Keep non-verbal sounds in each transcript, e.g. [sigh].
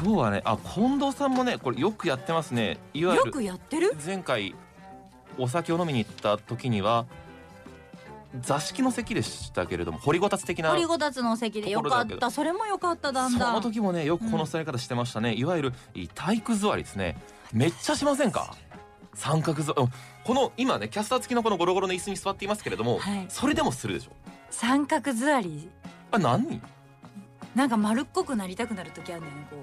今日はねあ近藤さんもねこれよくやってますねいわゆよるくやってる前回お酒を飲みに行った時には座敷の席でしたけれども掘りごたつ的な掘りごたつの席でよかっところだけたそれもよかっただんそだのん時もねよくこの座り方してましたね、いわゆる体育座りですねめっちゃしませんか三角座りうんこの今ねキャスター付きのこのゴロゴロの椅子に座っていますけれども、はいそれでもするでしょ三角座りあ何なんか丸っこくなりたくなる時あるんだよねこ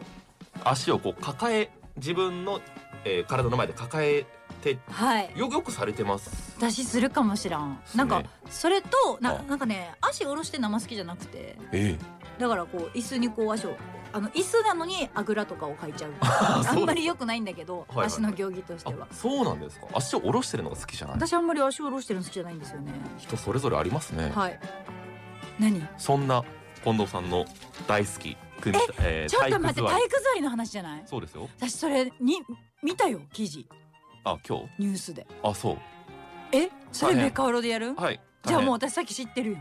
う足をこう抱え自分の、えー体の前で抱えてはいよくよくされてます私するかもしらんすねなんかそれとなあなんかね足下ろして生好きじゃなくてええだからこう椅子にこう足をあの椅子なのにあぐらとかをか [laughs] いちゃうああんまりり良くないんだけどはいはい足の行儀としてはあそうなんですか足を下ろしてるのが好きじゃない私あんまり足を下ろしてるの好きじゃないんですよね人それぞれありますね、はい何そんな近藤さんの大好き組みえーちょっと待っ体育て座体り育座りの話じゃないそうですよ私それに見たよ記事あ今日ニュースであそうえそれ大変メカオロでやるはいじゃあもうう私さっき知ってるよ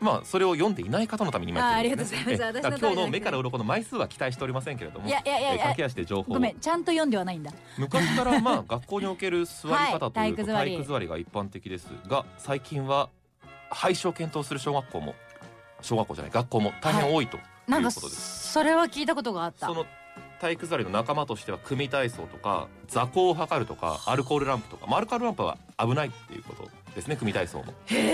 まあそれを読んでいない方のために今やってるんですねあありがとうございえますえ私の今日ためじゃなくての目から鱗の枚数は期待しておりませんけれどもいやいやいやえいーや駆け足で情報をごめんちゃんと読んではないんだ昔からまあ [laughs] 学校における座り方とはいいうと体育座り体育座りが一般的ですが最近は廃止を検討する小学校も小学校じゃない学校も大変多いと、なんかということですそれは聞いたことがあったその体育座りの仲間としては組体操とか座高を測るとかアルコールランプとか、まあ、アルコールランプは危ないっていうことですね組体操もへで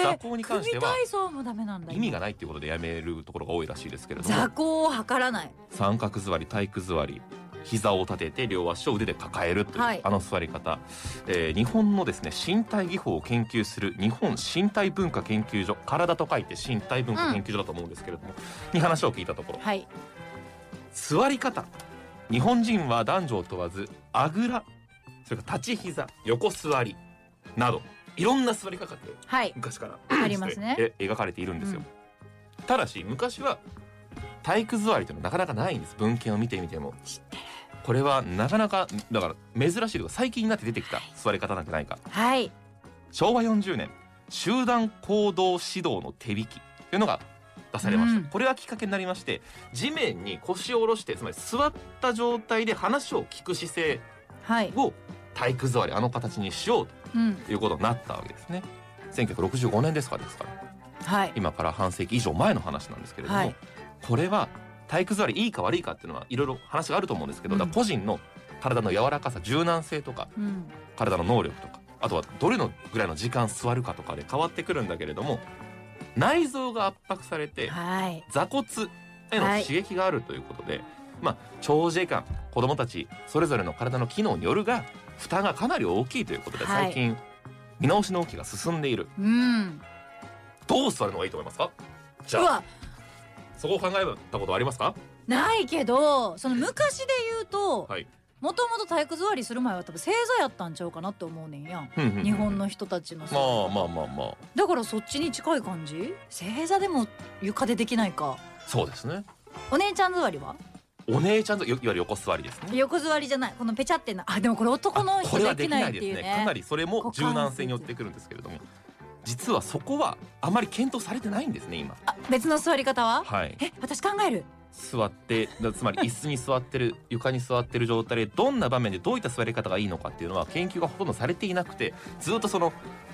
え座高に関しては組体操もダメなんだ意味がないっていうことでやめるところが多いらしいですけれども座高を測らない三角座り体育座り膝を立てて両足を腕で抱えるという、はいあの座り方、えー日本のですね身体技法を研究する日本身体文化研究所体と書いて身体文化研究所だと思うんですけれども、に話を聞いたところはい座り方日本人は男女を問わずあぐらそれから立ち膝横座りなどいろんな座り方ではい昔からありますねえ描かれているんですよ、ただし昔は体育座りというのはなかなかないんです文献を見てみても知っこれはなかなかだから珍しいというか最近になって出てきた座り方なんじゃないかはい昭和40年集団行動指導の手引きというのが出されました、うんこれがきっかけになりまして地面に腰を下ろしてつまり座った状態で話を聞く姿勢はいを体育座りあの形にしよううんということになったわけですね1965年ですかですからはい今から半世紀以上前の話なんですけれども、はいこれは体育座りいいか悪いかっていうのはいろいろ話があると思うんですけど、うんだから個人の体の柔らかさ柔軟性とかうん体の能力とかあとはどれのぐらいの時間座るかとかで変わってくるんだけれども内臓が圧迫されてはい座骨へのはい刺激があるということで、まあ長時間子どもたちそれぞれの体の機能によるが負担がかなり大きいということではい最近見直しの動きが進んでいるうんどう座るのがいいと思いますかじうゃあわそこを考えたことありますかないけどその昔で言うとはいもともと体育座りする前は多分正座やったんちゃうかなって思うねんやん日本の人たちのさまあまあまあまあだからそっちに近い感じ正座でも床でできないかそうですねお姉ちゃん座りはお姉ちゃんとよいわゆる横座りですね横座りじゃないこのペチャってなあでもこれ男のあこれ人はででききなないいってでいうすねねかなりそれも股柔関節軟性によってくるんですけれども実はそこはあまり検討されてないんですね今あ別の座り方ははいえ私考える座ってだ [laughs] つまり椅子に座ってる床に座ってる状態でどんな場面でどういった座り方がいいのかっていうのは研究がほとんどされていなくてずっとその、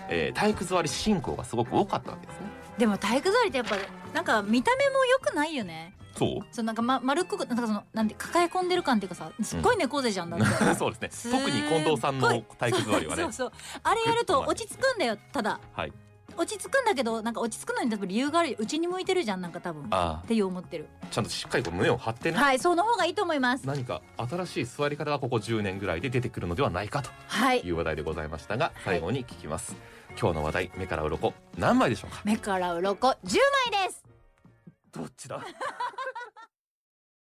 えー体育座り進行がすごく多かったわけですねでも体育座りってやっぱなんか見た目も良くないよねそそのなんか、ま、丸っこくなんかそのなんて抱え込んでる感っていうかさすっごい猫背じゃんだって、う [laughs] そうですね [laughs] 特に近藤さんの体育座りはねそうそうあれやると落ち着くんだよただはい落ち着くんだけどなんか落ち着くのに多分理由があるうちに向いてるじゃんなんか多分っあていう思ってるあちゃんとしっかりと胸を張ってねはいその方がいいと思います何か新しい座り方がここ10年ぐらいで出てくるのではないかとはいいう話題でございましたが最後に聞きます、今日の話題目から鱗何枚でしょうか目から鱗10枚ですどっちだ